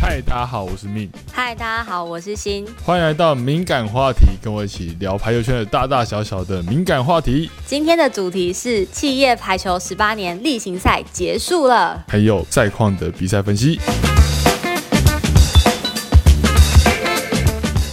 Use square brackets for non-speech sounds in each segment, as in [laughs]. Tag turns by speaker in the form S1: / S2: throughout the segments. S1: 嗨，大家好，我是命，
S2: 嗨，大家好，我是欣。
S1: 欢迎来到敏感话题，跟我一起聊排球圈的大大小小的敏感话题，
S2: 今天的主题是企业排球十八年例行赛结束了。
S1: 还有赛况的比赛分析。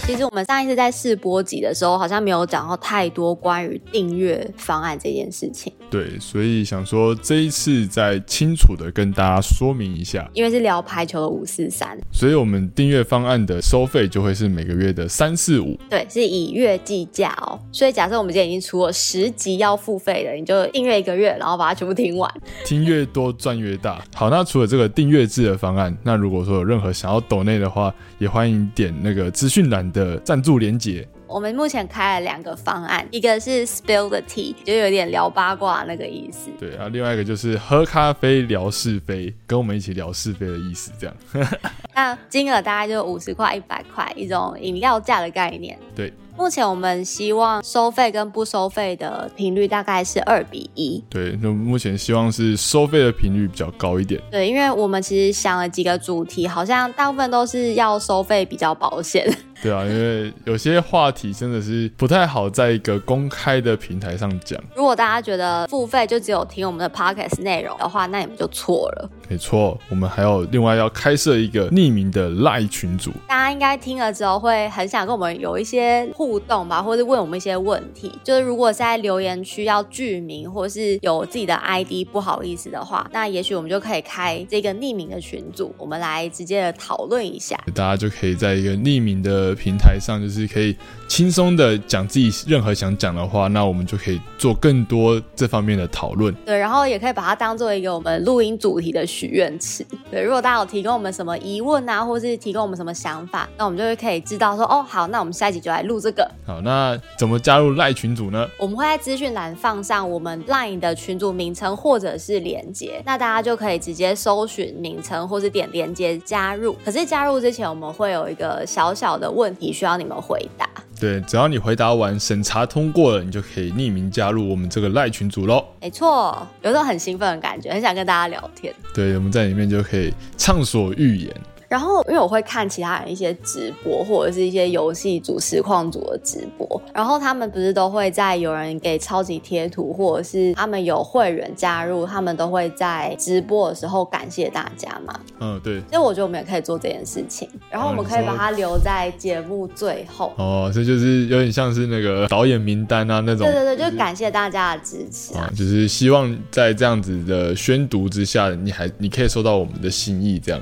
S2: 其实我们上一次在试播集的时候，好像没有讲到太多关于订阅方案这件事情，
S1: 对，所以想说这一次再清楚的跟大家说明一下，
S2: 因为是聊排球的五四三，
S1: 所以我们订阅方案的收费就会是每个月的三四五，
S2: 对，是以月计价哦。所以假设我们今天已经出了十集要付费的，你就订阅一个月，然后把它全部听完。
S1: 听越多赚越大。好，那除了这个订阅制的方案，那如果说有任何想要抖内的话，也欢迎点那个资讯栏的赞助连结。
S2: 我们目前开了两个方案，一个是 Spill the Tea，就有点聊八卦那个意思。
S1: 对啊，另外一个就是喝咖啡聊是非，跟我们一起聊是非的意思，这样。
S2: 那金额大概就五十块、一百块，一种饮料价的概念。
S1: 对，
S2: 目前我们希望收费跟不收费的频率大概是二比一。
S1: 对，那目前希望是收费的频率比较高一点。
S2: 对，因为我们其实想了几个主题，好像大部分都是要收费比较保险。 [laughs]
S1: 对啊，因为有些话题真的是不太好在一个公开的平台上讲。
S2: 如果大家觉得付费就只有听我们的 podcast 内容的话，那你们就错了。
S1: 没错，我们还有另外要开设一个匿名的赖群组。
S2: 大家应该听了之后会很想跟我们有一些互动吧，或者问我们一些问题。就是如果在留言区要剧名，或是有自己的 ID 不好意思的话，那也许我们就可以开这个匿名的群组，我们来直接的讨论一下。
S1: 大家就可以在一个匿名的平台上，就是可以轻松的讲自己任何想讲的话，那我们就可以做更多这方面的讨论。
S2: 对，然后也可以把它当做一个我们录音主题的许愿池。对，如果大家有提供我们什么疑问啊，或是提供我们什么想法，那我们就会可以知道说，哦，好，那我们下一集就来录这个。
S1: 好，那怎么加入赖群组呢？
S2: 我们会在资讯栏放上我们 LINE 的群组名称或者是连接，那大家就可以直接搜寻名称或是点连接加入。可是加入之前，我们会有一个小小的问题需要你们回答。
S1: 对，只要你回答完审查通过了，你就可以匿名加入我们这个赖群组喽。
S2: 没错，有种很兴奋的感觉，很想跟大家聊天。
S1: 对，我们在里面就可以畅所欲言。
S2: 然后，因为我会看其他人一些直播，或者是一些游戏组、实况组的直播，然后他们不是都会在有人给超级贴图，或者是他们有会员加入，他们都会在直播的时候感谢大家嘛。
S1: 嗯，对。
S2: 所以我觉得我们也可以做这件事情，嗯然后我们可以把它留在节目最后。
S1: 哦，这就是有点像是那个导演名单啊那种
S2: 对，对对，就是感谢大家的支持
S1: 啊，
S2: 啊！
S1: 就是希望在这样子的宣读之下，你还你可以收到我们的心意，这样。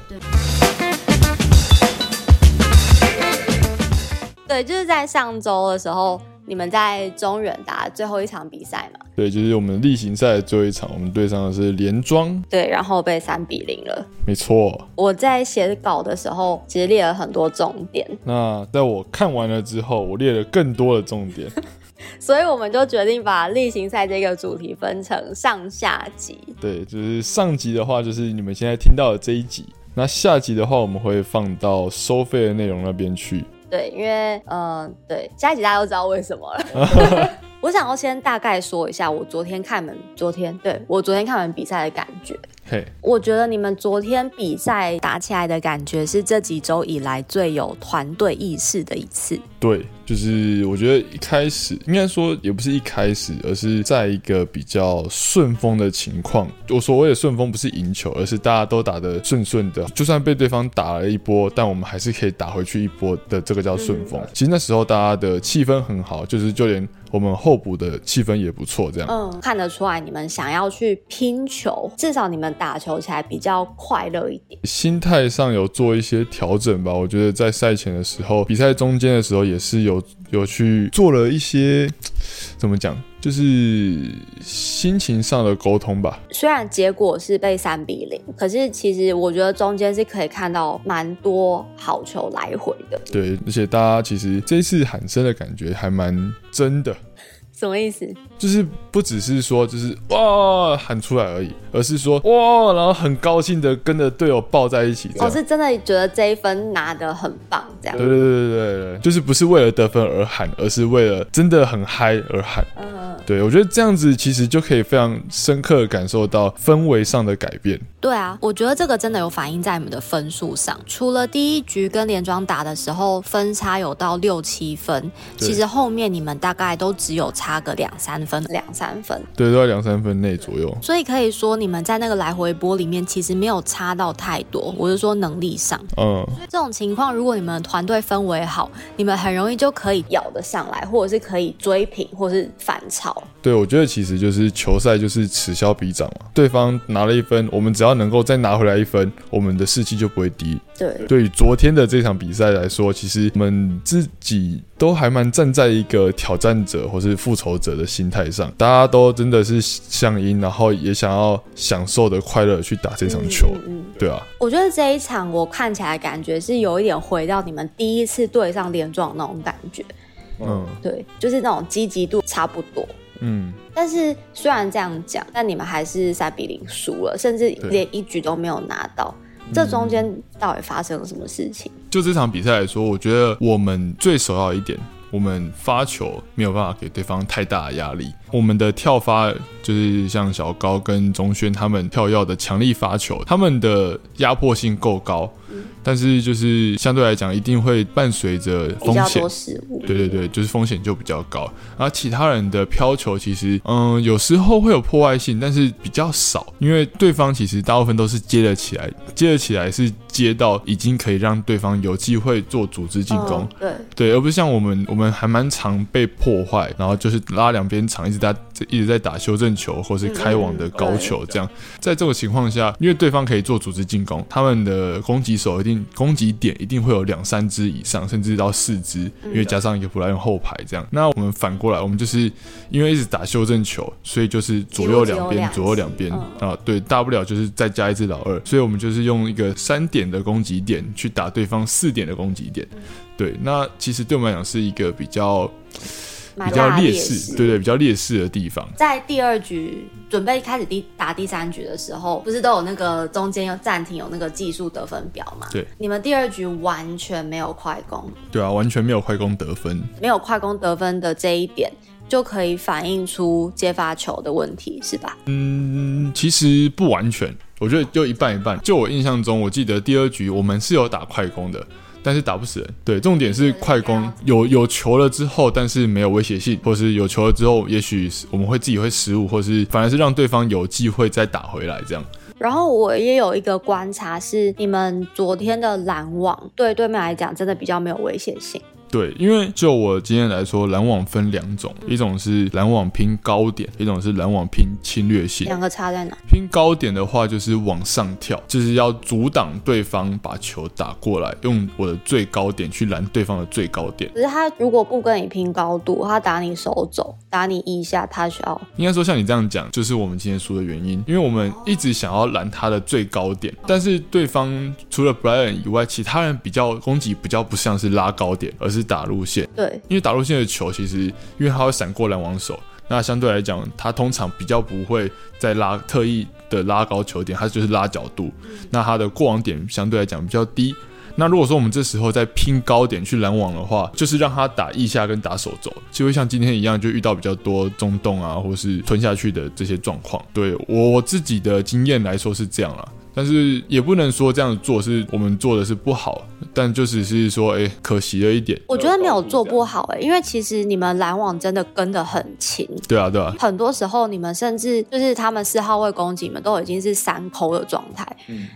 S2: 对，就是在上周的时候，你们在中远打最后一场比赛嘛，
S1: 对，就是我们例行赛的最后一场，我们对上的是连庄，
S2: 对，然后被三比零了。
S1: 没错。
S2: 我在写稿的时候，其实列了很多重点，
S1: 那在我看完了之后，我列了更多的重点。
S2: 所以我们就决定把例行赛这个主题分成上下集。
S1: 对，就是上集的话，就是你们现在听到的这一集。那下集的话，我们会放到收费的内容那边去。
S2: 对，因为嗯、呃对，下一集大家都知道为什么了。我想要先大概说一下我昨天看门，昨天对我昨天看完比赛的感觉。
S1: 嘿，
S2: 我觉得你们昨天比赛打起来的感觉是这几周以来最有团队意识的一次。
S1: 对，就是我觉得一开始应该说也不是一开始，而是在一个比较顺风的情况。我所谓的顺风不是赢球，而是大家都打得顺顺的，就算被对方打了一波，但我们还是可以打回去一波的，这个叫顺风。其实那时候大家的气氛很好，就是就连我们候补的气氛也不错，这样。
S2: 嗯，看得出来你们想要去拼球，至少你们打球起来比较快乐一点。
S1: 心态上有做一些调整吧。我觉得在赛前的时候，比赛中间的时候也是有有去做了一些怎么讲，就是心情上的沟通吧。
S2: 虽然结果是被三比零，可是其实我觉得中间是可以看到蛮多好球来回的。
S1: 对，而且大家其实这一次喊声的感觉还蛮真的。
S2: 什么意思？
S1: 就是不只是说就是哇喊出来而已，而是说哇，然后很高兴的跟着队友抱在一起，这
S2: 我、
S1: 样。
S2: 哦是真的觉得这一分拿得很棒，这样
S1: 对。对对对对对，就是不是为了得分而喊，而是为了真的很嗨而喊。
S2: 嗯，
S1: 对，我觉得这样子其实就可以非常深刻的感受到氛围上的改变。
S2: 对啊，我觉得这个真的有反映在你们的分数上。除了第一局跟连庄打的时候分差有到六七分，
S1: 对
S2: 其实后面你们大概都只有差个两三分，两三分。
S1: 对，都在两三分内左右。
S2: 所以可以说，你们在那个来回波里面，其实没有差到太多。我是说能力上，
S1: 嗯，
S2: 这种情况，如果你们团队氛围好，你们很容易就可以咬得上来，或者是可以追平，或是反超。
S1: 对，我觉得其实就是球赛就是此消彼长嘛。对方拿了一分，我们只要能够再拿回来一分，我们的士气就不会低。
S2: 对，
S1: 对于昨天的这场比赛来说，其实我们自己都还蛮站在一个挑战者或是复仇者的心态上，大家都真的是相赢，然后也想要享受的快乐去打这场球。
S2: 嗯。
S1: 对啊，
S2: 我觉得这一场我看起来感觉是有一点回到你们第一次对上连撞那种感觉，
S1: 嗯
S2: 对，就是那种积极度差不多。
S1: 嗯，
S2: 但是虽然这样讲，但你们还是三比零输了，甚至
S1: 对
S2: 连一局都没有拿到。这中间到底发生了什么事情？
S1: 就这场比赛来说，我觉得我们最首要一点，我们发球没有办法给对方太大的压力。我们的跳发就是像小高跟钟轩他们跳要的强力发球，他们的压迫性够高，
S2: 嗯
S1: 但是就是相对来讲一定会伴随着
S2: 比
S1: 风
S2: 较
S1: 险
S2: 多。失误。
S1: 对对对，就是风险就比较高。而其他人的飘球其实，嗯，有时候会有破坏性，但是比较少，因为对方其实大部分都是接了起来，接了起来是接到已经可以让对方有机会做组织进攻。
S2: 嗯对，
S1: 对，而不是像我们，我们还蛮常被破坏，然后就是拉两边场，一直打，一直在打修正球或是开网的高球这样。在这种情况下，因为对方可以做组织进攻，他们的攻击手一定攻击点一定会有两三支以上，甚至到四支，因为加上一个普莱用后排这样。那我们反过来，我们就是因为一直打修正球，所以就是左右两边，
S2: 几乎只有两支
S1: 左右两边、
S2: 嗯
S1: 啊，对，大不了就是再加一只老二，所以我们就是用一个三点的攻击点去打对方四点的攻击点。对，那其实对我们来讲是一个比较比
S2: 蛮
S1: 较
S2: 大的
S1: 劣
S2: 势。
S1: 势，对对，比较劣势的地方。
S2: 在第二局准备开始第打第三局的时候，不是都有那个中间有暂停有那个技术得分表吗？
S1: 对，
S2: 你们第二局完全没有快攻，
S1: 对啊，完全没有快攻得分。
S2: 没有快攻得分的这一点，就可以反映出接发球的问题，是吧？
S1: 嗯，其实不完全，我觉得就一半一半。就我印象中，我记得第二局我们是有打快攻的。但是打不死人，对，重点是快攻有有球了之后，但是没有威胁性，或是有球了之后，也许我们会自己会失误，或是反而是让对方有机会再打回来这样。
S2: 然后我也有一个观察是，你们昨天的拦网对对面来讲真的比较没有威胁性。
S1: 对，因为就我经验来说，篮网分两种，一种是篮网拼高点，一种是篮网拼侵略性。
S2: 两个差在哪？
S1: 拼高点的话，就是往上跳，就是要阻挡对方把球打过来，用我的最高点去拦对方的最高点。
S2: 可是他如果不跟你拼高度，他打你手肘，打你腋下，他需要
S1: 应该说像你这样讲，就是我们今天输的原因，因为我们一直想要拦他的最高点，但是对方除了 Brian 以外，其他人比较攻击比较不像是拉高点，而是打路线。
S2: 对
S1: 因为打入线的球，其实因为它会闪过篮网手，那相对来讲，它通常比较不会再拉特意的拉高球点，它就是拉角度，那它的过网点相对来讲比较低。那如果说我们这时候再拼高点去拦网的话，就是让他打腋下跟打手肘，就会像今天一样，就遇到比较多中洞啊，或是吞下去的这些状况。对我自己的经验来说是这样啦，但是也不能说这样做是我们做的是不好，但就只是说，哎、可惜了一点。
S2: 我觉得没有做不好哎、因为其实你们拦网真的跟得很勤，
S1: 对啊，对啊，
S2: 很多时候你们甚至就是他们四号位攻击，你们都已经是三扣的状态。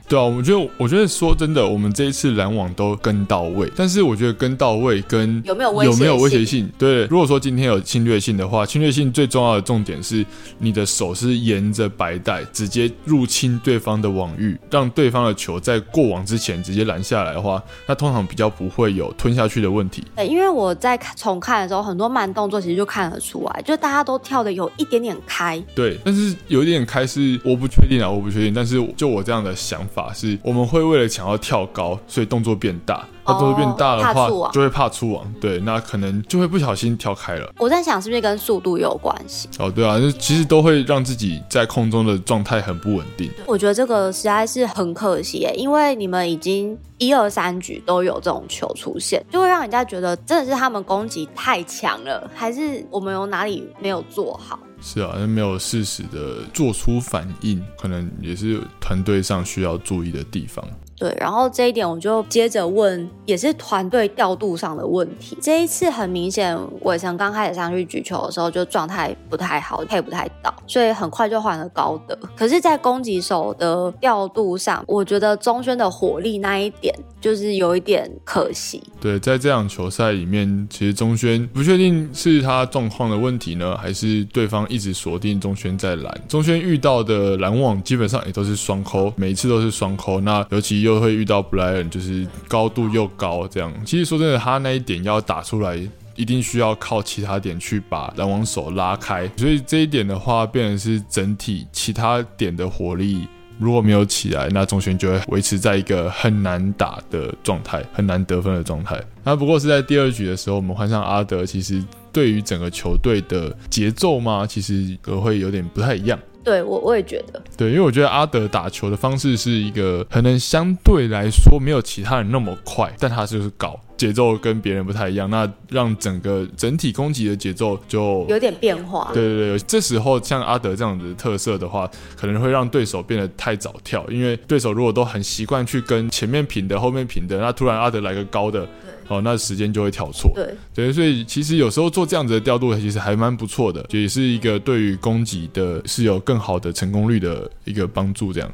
S1: 对啊，我觉得，我觉得说真的，我们这一次拦网都跟到位，但是我觉得跟到位跟
S2: 有没有威胁
S1: 有没有威胁
S2: 性
S1: 性？对，如果说今天有侵略性的话，侵略性最重要的重点是你的手是沿着白带直接入侵对方的网域，让对方的球在过网之前直接拦下来的话，那通常比较不会有吞下去的问题。
S2: 对，因为我在看重看的时候，很多慢动作其实就看得出来，就大家都跳的有一点点开，
S1: 对，但是有一点开是我不确定啊，我不确定。但是就我这样的想法是，我们会为了想要跳高，所以动作变大。那动作变大的
S2: 哦怕
S1: 话，
S2: 触网
S1: 就会怕出网，对，那可能就会不小心跳开了。
S2: 我在想是不是跟速度有关系？
S1: 哦，对啊，就其实都会让自己在空中的状态很不稳定。
S2: 我觉得这个实在是很可惜耶，因为你们已经一二三局都有这种球出现，就会让人家觉得真的是他们攻击太强了，还是我们有哪里没有做好？
S1: 是啊，没有适时的做出反应，可能也是团队上需要注意的地方。
S2: 对，然后这一点我就接着问，也是团队调度上的问题。这一次很明显，伟成刚开始上去举球的时候就状态不太好，配不太到，所以很快就换了高德。可是，在攻击手的调度上，我觉得中轩的火力那一点就是有一点可惜。
S1: 对，在这场球赛里面，其实钟轩不确定是他状况的问题呢，还是对方一直锁定钟轩在拦。钟轩遇到的拦网基本上也都是双扣，每一次都是双扣。那尤其又会遇到布莱恩，就是高度又高这样。其实说真的，他那一点要打出来。一定需要靠其他点去把拦网手拉开，所以这一点的话，变成是整体其他点的火力如果没有起来，那中圈就会维持在一个很难打的状态，很难得分的状态。那不过是在第二局的时候，我们换上阿德，其实对于整个球队的节奏嘛，其实呃会有点不太一样。
S2: 对我我也觉得，
S1: 对，因为我觉得阿德打球的方式是一个可能相对来说没有其他人那么快，但他就是高节奏跟别人不太一样，那让整个整体攻击的节奏就
S2: 有点变化。
S1: 对对对，这时候像阿德这样子的特色的话，可能会让对手变得太早跳，因为对手如果都很习惯去跟前面平的、后面平的，那突然阿德来个高的，哦，那时间就会跳错。
S2: 对
S1: 对，所以其实有时候做这样子的调度，其实还蛮不错的，也是一个对于攻击的是有更好的成功率的一个帮助。这样，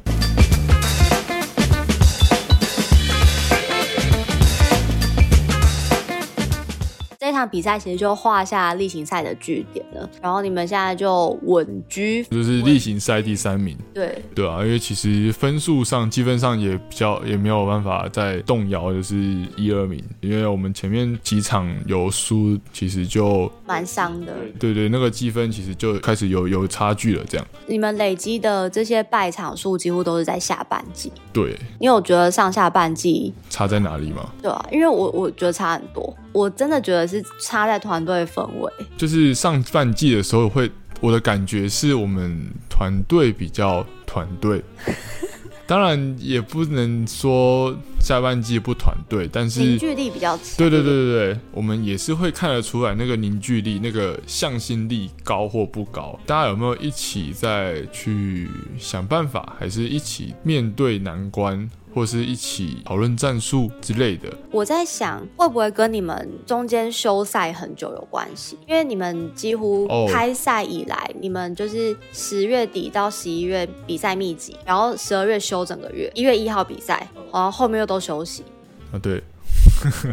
S2: 这场比赛其实就画下例行赛的据点了，然后你们现在就稳居
S1: 就是例行赛第三名。
S2: 对
S1: 对啊，因为其实分数上、积分上也比较也没有办法再动摇，就是一二名，因为我们前面几场有输，其实就
S2: 蛮伤的。
S1: 对对，那个积分其实就开始有有差距了，这样
S2: 你们累积的这些败场数几乎都是在下半季，
S1: 对，
S2: 你有觉得上下半季
S1: 差在哪里吗？
S2: 对啊？因为我我觉得差很多，我真的觉得是差在团队氛围。
S1: 就是上半季的时候会，我的感觉是我们团队比较团队，当然也不能说下半季不团队，但
S2: 凝
S1: 是。
S2: 聚力比较强。
S1: 对对对哦对对，我们也是会看得出来那个凝聚力、那个向心力高或不高。大家有没有一起再去想办法，还是一起面对难关，或是一起讨论战术之类的？
S2: 我在想会不会跟你们中间休赛很久有关系？因为你们几乎
S1: 哦
S2: 开赛以来，你们就是十月底到十一月比赛密集，然后十二月休整个月，一月一号比赛，然后后面又都休
S1: [laughs]
S2: 息，
S1: 啊，对，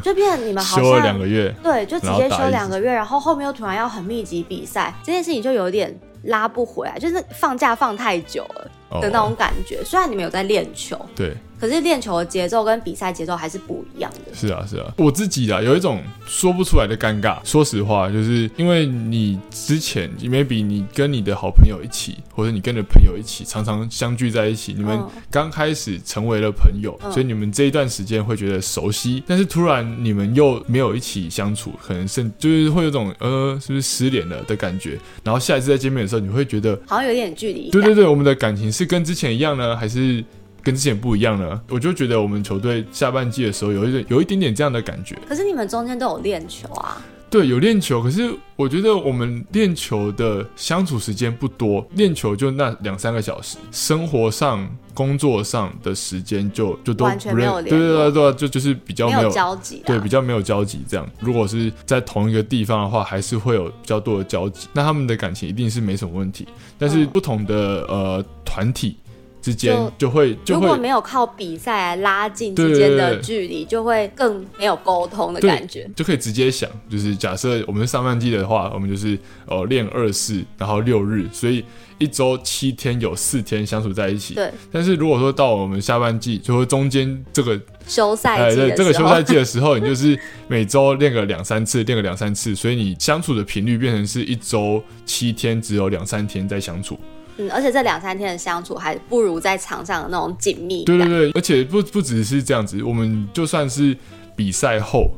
S2: 就变成你们好
S1: 休了两
S2: 像
S1: 个月，
S2: 对，就直
S1: 然后
S2: 接
S1: 打
S2: 休
S1: 一
S2: 两个月，然后后面又突然要很密集比赛，这件事情就有点拉不回来，就是放假放太久了
S1: 哦
S2: 的那种感觉。虽然你们有在练球，
S1: 对，
S2: 可是练球的节奏跟比赛节奏还是不一样的。
S1: 是啊，是啊，我自己啊，有一种说不出来的尴尬。说实话，就是因为你之前，maybe 你跟你的好朋友一起，或者你跟你的朋友一起，常常相聚在一起，你们
S2: 嗯
S1: 刚开始成为了朋友，
S2: 嗯
S1: 所以你们这一段时间会觉得熟悉，但是突然你们又没有一起相处，可能甚就是会有种呃，是不是失联了的感觉。然后下一次再见面的时候，你会觉得
S2: 好像有点距离感，
S1: 对对对，我们的感情是跟之前一样呢，还是跟之前不一样呢？我就觉得我们球队下半季的时候有一点有一点点这样的感觉。
S2: 可是你们中间都有练球啊，
S1: 对，有练球，可是我觉得我们练球的相处时间不多，练球就那两三个小时，生活上、工作上的时间就就都
S2: 完全
S1: 不
S2: 没
S1: 认
S2: 有，
S1: 对
S2: 联
S1: 对
S2: 络
S1: 对对，就就是比较
S2: 没
S1: 没有
S2: 有交集、啊，
S1: 对，比较没有交集。这样，如果是在同一个地方的话，还是会有比较多的交集。那他们的感情一定是没什么问题，但是
S2: 嗯
S1: 不同的、呃团体之间
S2: 就
S1: 就会就
S2: 如果
S1: 会
S2: 没有靠比赛来拉近
S1: 对
S2: 之
S1: 对
S2: 间
S1: 对
S2: 的
S1: 对
S2: 距离，就会更没有沟通的
S1: 对
S2: 感觉。
S1: 就可以直接想，就是假设我们是上半季的话，我们就是呃练二四，然后六日，所以一周七天有四天相处在一起。
S2: 对，
S1: 但是如果说到我们下半季，就会中间这个
S2: 休赛哎季的时
S1: 对，
S2: 候，
S1: 哎这个休赛季的时候，你就是每周练个两三次，练个两三次，所以你相处的频率变成是一周七天只有两三天在相处。
S2: 嗯，而且这两三天的相处还不如在场上的那种紧密
S1: 对
S2: 感。
S1: 对对，而且不不只是这样子，我们就算是比赛后，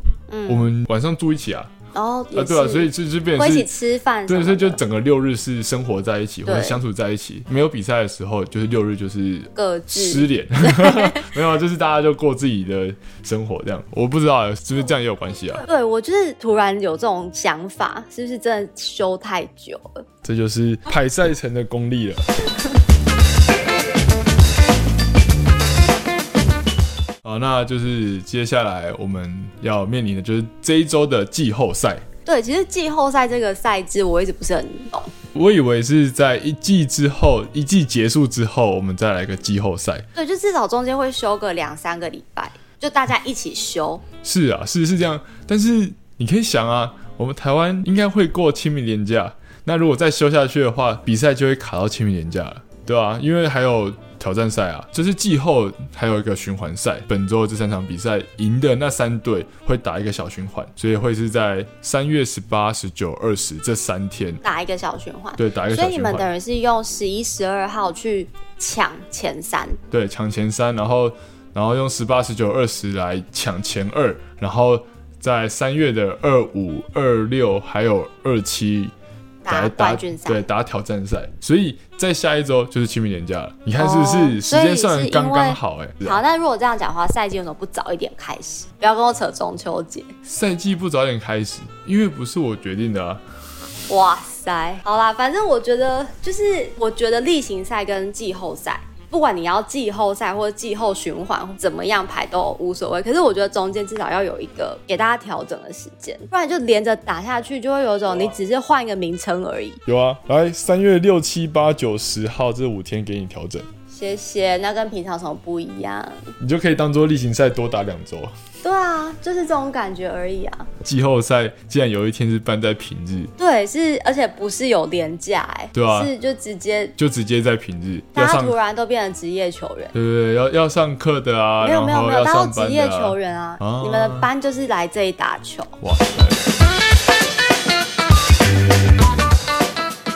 S1: 我们晚上住一起啊。
S2: 然后嗯也
S1: 啊，
S2: 是
S1: 对啊，所以这就变成
S2: 会一
S1: 是
S2: 起吃饭什么
S1: 对，
S2: 的，
S1: 所以就整个六日是生活在一起，或
S2: 对
S1: 者相处在一起。没有比赛的时候，就是六日就是
S2: 各自
S1: 失
S2: [laughs]
S1: 联，没有，啊就是大家就过自己的生活这样。我不知道是不是这样也有关系啊？
S2: 对我就是突然有这种想法，是不是真的休太久了？
S1: 这就是排赛程的功力了。 [laughs] 好，那就是接下来我们要面临的就是这一周的季后赛。
S2: 对，其实季后赛这个赛制我一直不是很懂，
S1: 我以为是在一季之后，一季结束之后，我们再来个季后赛。
S2: 对，就至少中间会休个两三个礼拜，就大家一起休。
S1: 是啊，是是这样，但是你可以想啊，我们台湾应该会过清明年假，那如果再休下去的话，比赛就会卡到清明年假了，对啊，因为还有挑战赛啊，就是季后还有一个循环赛，本周这三场比赛赢的那三队会打一个小循环，所以会是在三月十八、十九、二十这三天，
S2: 打一个小循环。
S1: 对，打一个
S2: 所
S1: 小
S2: 以你
S1: 循
S2: 们
S1: 环，
S2: 等于是用十一、十二号去抢前三，
S1: 对，抢前三，然后然后用十八、十九、二十来抢前二，然后。在三月的二五、二六还有二七
S2: 打冠军
S1: 对
S2: 赛。
S1: 打挑战赛，所以在下一周就是清明年假了。你看是不
S2: 哦
S1: 是时间算的刚刚好、欸？哎，
S2: 好，那如果这样讲的话，赛季为什么不早一点开始？不要跟我扯中秋节。
S1: 赛季不早点开始，因为不是我决定的啊。
S2: 哇塞，好啦，反正我觉得就是，我觉得例行赛跟季后赛，不管你要季后赛或者季后循环怎么样排都无所谓。可是我觉得中间至少要有一个给大家调整的时间，不然就连着打下去，就会有一种你只是换一个名称而已。
S1: 有啊，来三月六七八九十号这五天给你调整，
S2: 谢谢，那跟平常有什么不一样？
S1: 你就可以当做例行赛多打两周。
S2: 对啊，就是这种感觉而已啊。
S1: 季后赛既然有一天是办在平日，
S2: 对，是而且不是有廉价哎、
S1: 对啊
S2: 是就直接
S1: 就直接在平日要
S2: 大家
S1: 上，
S2: 突
S1: 对
S2: 然都变成职业球员。
S1: 对对，要要上课的啊，
S2: 没有没
S1: 然
S2: 有
S1: 后
S2: 没有，
S1: 要
S2: 大家
S1: 上
S2: 都
S1: 班
S2: 职业
S1: 的、啊
S2: 球。员啊！
S1: 啊
S2: 你们的班就是来这里打球。
S1: 哇塞，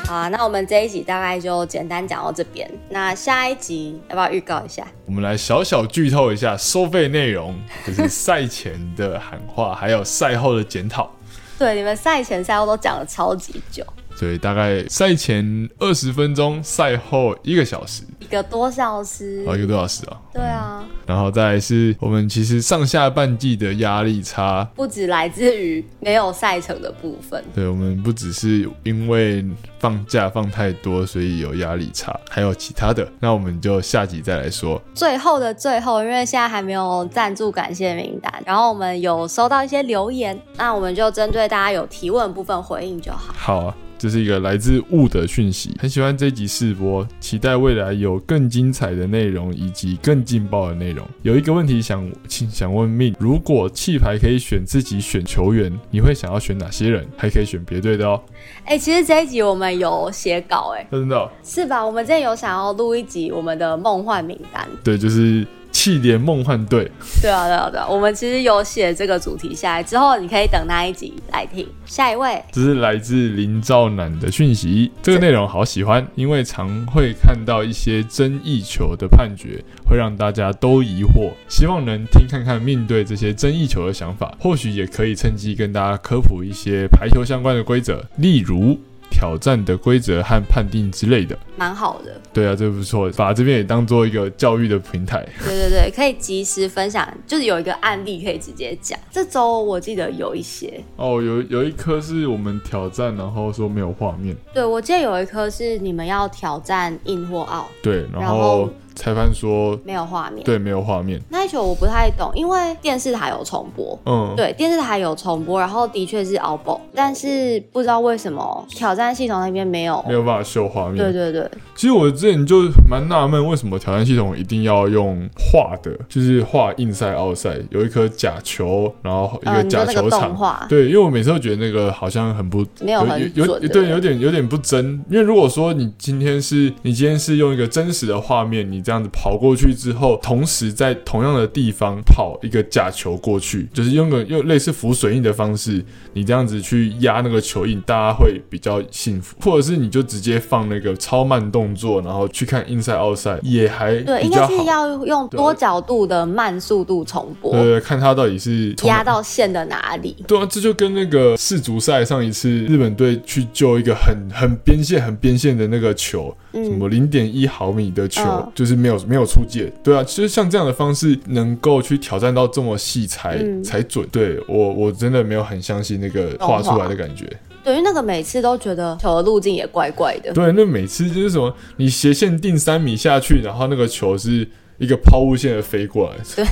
S2: 好啊，那我们这一集大概就简单讲到这边。那下一集要不要预告一下？
S1: 我们来小小剧透一下收费内容，就是赛前的喊话，还有赛后的检讨。
S2: 对，你们赛前赛后都讲了超级久，
S1: 所以大概赛前二十分钟，赛后一个小时，
S2: 一个多小时。
S1: 哦，一个多小时啊。
S2: 对啊，
S1: 然后再来是我们其实上下半季的压力差，
S2: 不止来自于没有赛程的部分。
S1: 对我们不只是因为放假放太多，所以有压力差，还有其他的。那我们就下集再来说。
S2: 最后的最后，因为现在还没有赞助感谢名单，然后我们有收到一些留言，那我们就针对大家有提问的部分回应就好。
S1: 好啊。这是一个来自雾的讯息，很喜欢这一集试播，期待未来有更精彩的内容以及更劲爆的内容。有一个问题想请想问命，如果弃牌可以选自己选球员，你会想要选哪些人？还可以选别队的哦。
S2: 哎、其实这一集我们有写稿、哎，
S1: 真的哦、
S2: 是吧？我们之前有想要录一集我们的梦幻名单，
S1: 对，就是气点梦幻队。
S2: 对啊，对啊，对啊，我们其实有写这个主题下来之后，你可以等那一集来听。下一位，
S1: 这是来自林兆南的讯息，这个内容好喜欢，因为常会看到一些争议球的判决，会让大家都疑惑。希望能听看看面对这些争议球的想法，或许也可以趁机跟大家科普一些排球相关的规则，例如挑战的规则和判定之类的。
S2: 蛮好的，
S1: 对啊，这不错，把这边也当做一个教育的平台。
S2: 对对对，可以及时分享，就是有一个案例可以直接讲。这周我记得有一些，
S1: 哦，有有一颗是我们挑战，然后说没有画面，
S2: 对我记得有一科是你们要挑战硬或奥，
S1: 对，然
S2: 然后
S1: 后裁判说
S2: 没有画面。
S1: 对没有画面。
S2: 那一球我不太懂，因为电视台有重播。
S1: 嗯，
S2: 对，电视台有重播，然后的确是 o u b o 但是不知道为什么挑战系统那边没有。
S1: 没有办法秀画面。
S2: 对对对，
S1: 其实我之前就蛮纳闷，为什么挑战系统一定要用画的，就是画硬赛、奥赛，有一颗假球，然后一
S2: 呃，
S1: 个
S2: 你
S1: 假
S2: 说那
S1: 球
S2: 个动
S1: 场。
S2: 画
S1: 对，因为我每次都觉得那个好像很不
S2: 没有很
S1: 有有
S2: 准，
S1: 对，有点有点不真。因为如果说你今天是你今天是用一个真实的画面，你这样子跑过去之后，同时在同样的地方跑一个假球过去，就是用个用类似浮水印的方式，你这样子去压那个球印，大家会比较幸福。或者是你就直接放那个超慢动作，然后去看 inside outside 也还
S2: 对，
S1: 比
S2: 应
S1: 较好。
S2: 该是要用
S1: 对
S2: 多角度的慢速度重播，
S1: 呃，看他到底是从
S2: 压到线的哪里。
S1: 对啊，这就跟那个世足赛上一次日本队去救一个很很边线、很边线的那个球，什么零点一毫米的球，
S2: 嗯
S1: 就是没有没有出界。对啊，就是像这样的方式能够去挑战到这么细才、
S2: 嗯
S1: 才准。对我我真的没有很相信那个画出来的感觉。
S2: 对，因为那个每次都觉得球的路径也怪怪的。 [laughs]
S1: 对，那每次就是什么，你斜线定三米下去，然后那个球是一个抛物线的飞过来，
S2: 对，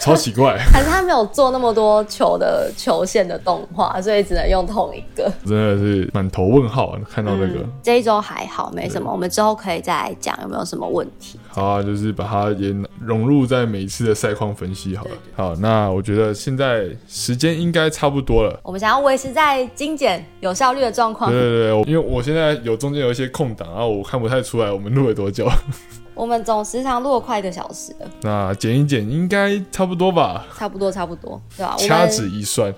S1: 超奇怪。 [laughs]
S2: 还是他没有做那么多球的球线的动画，所以只能用同一个。
S1: 真的是满头问号啊，看到那个。
S2: 嗯这一周还好，没什么。我们之后可以再来讲有没有什么问题。
S1: 好啊，就是把它也融入在每一次的赛况分析好了。好，那我觉得现在时间应该差不多了。
S2: 我们想要维持在精简、有效率的状况
S1: 对。对对，我因为我现在有中间有一些空档，然后我看不太出来我们录了多久。 [laughs]
S2: 我们总时长录了快一个小时了，
S1: 那剪一剪应该差不多吧，
S2: 差不多，差不多，对吧、我
S1: 掐
S2: 们
S1: 指一算。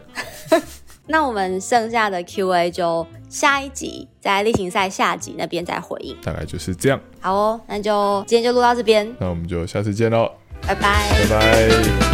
S2: 那我们剩下的 Q&A 就下一集在例行赛下集那边再回应。
S1: 大概就是这样，
S2: 好哦，那就今天就录到这边，
S1: 那我们就下次见喽，
S2: 拜拜
S1: 拜拜。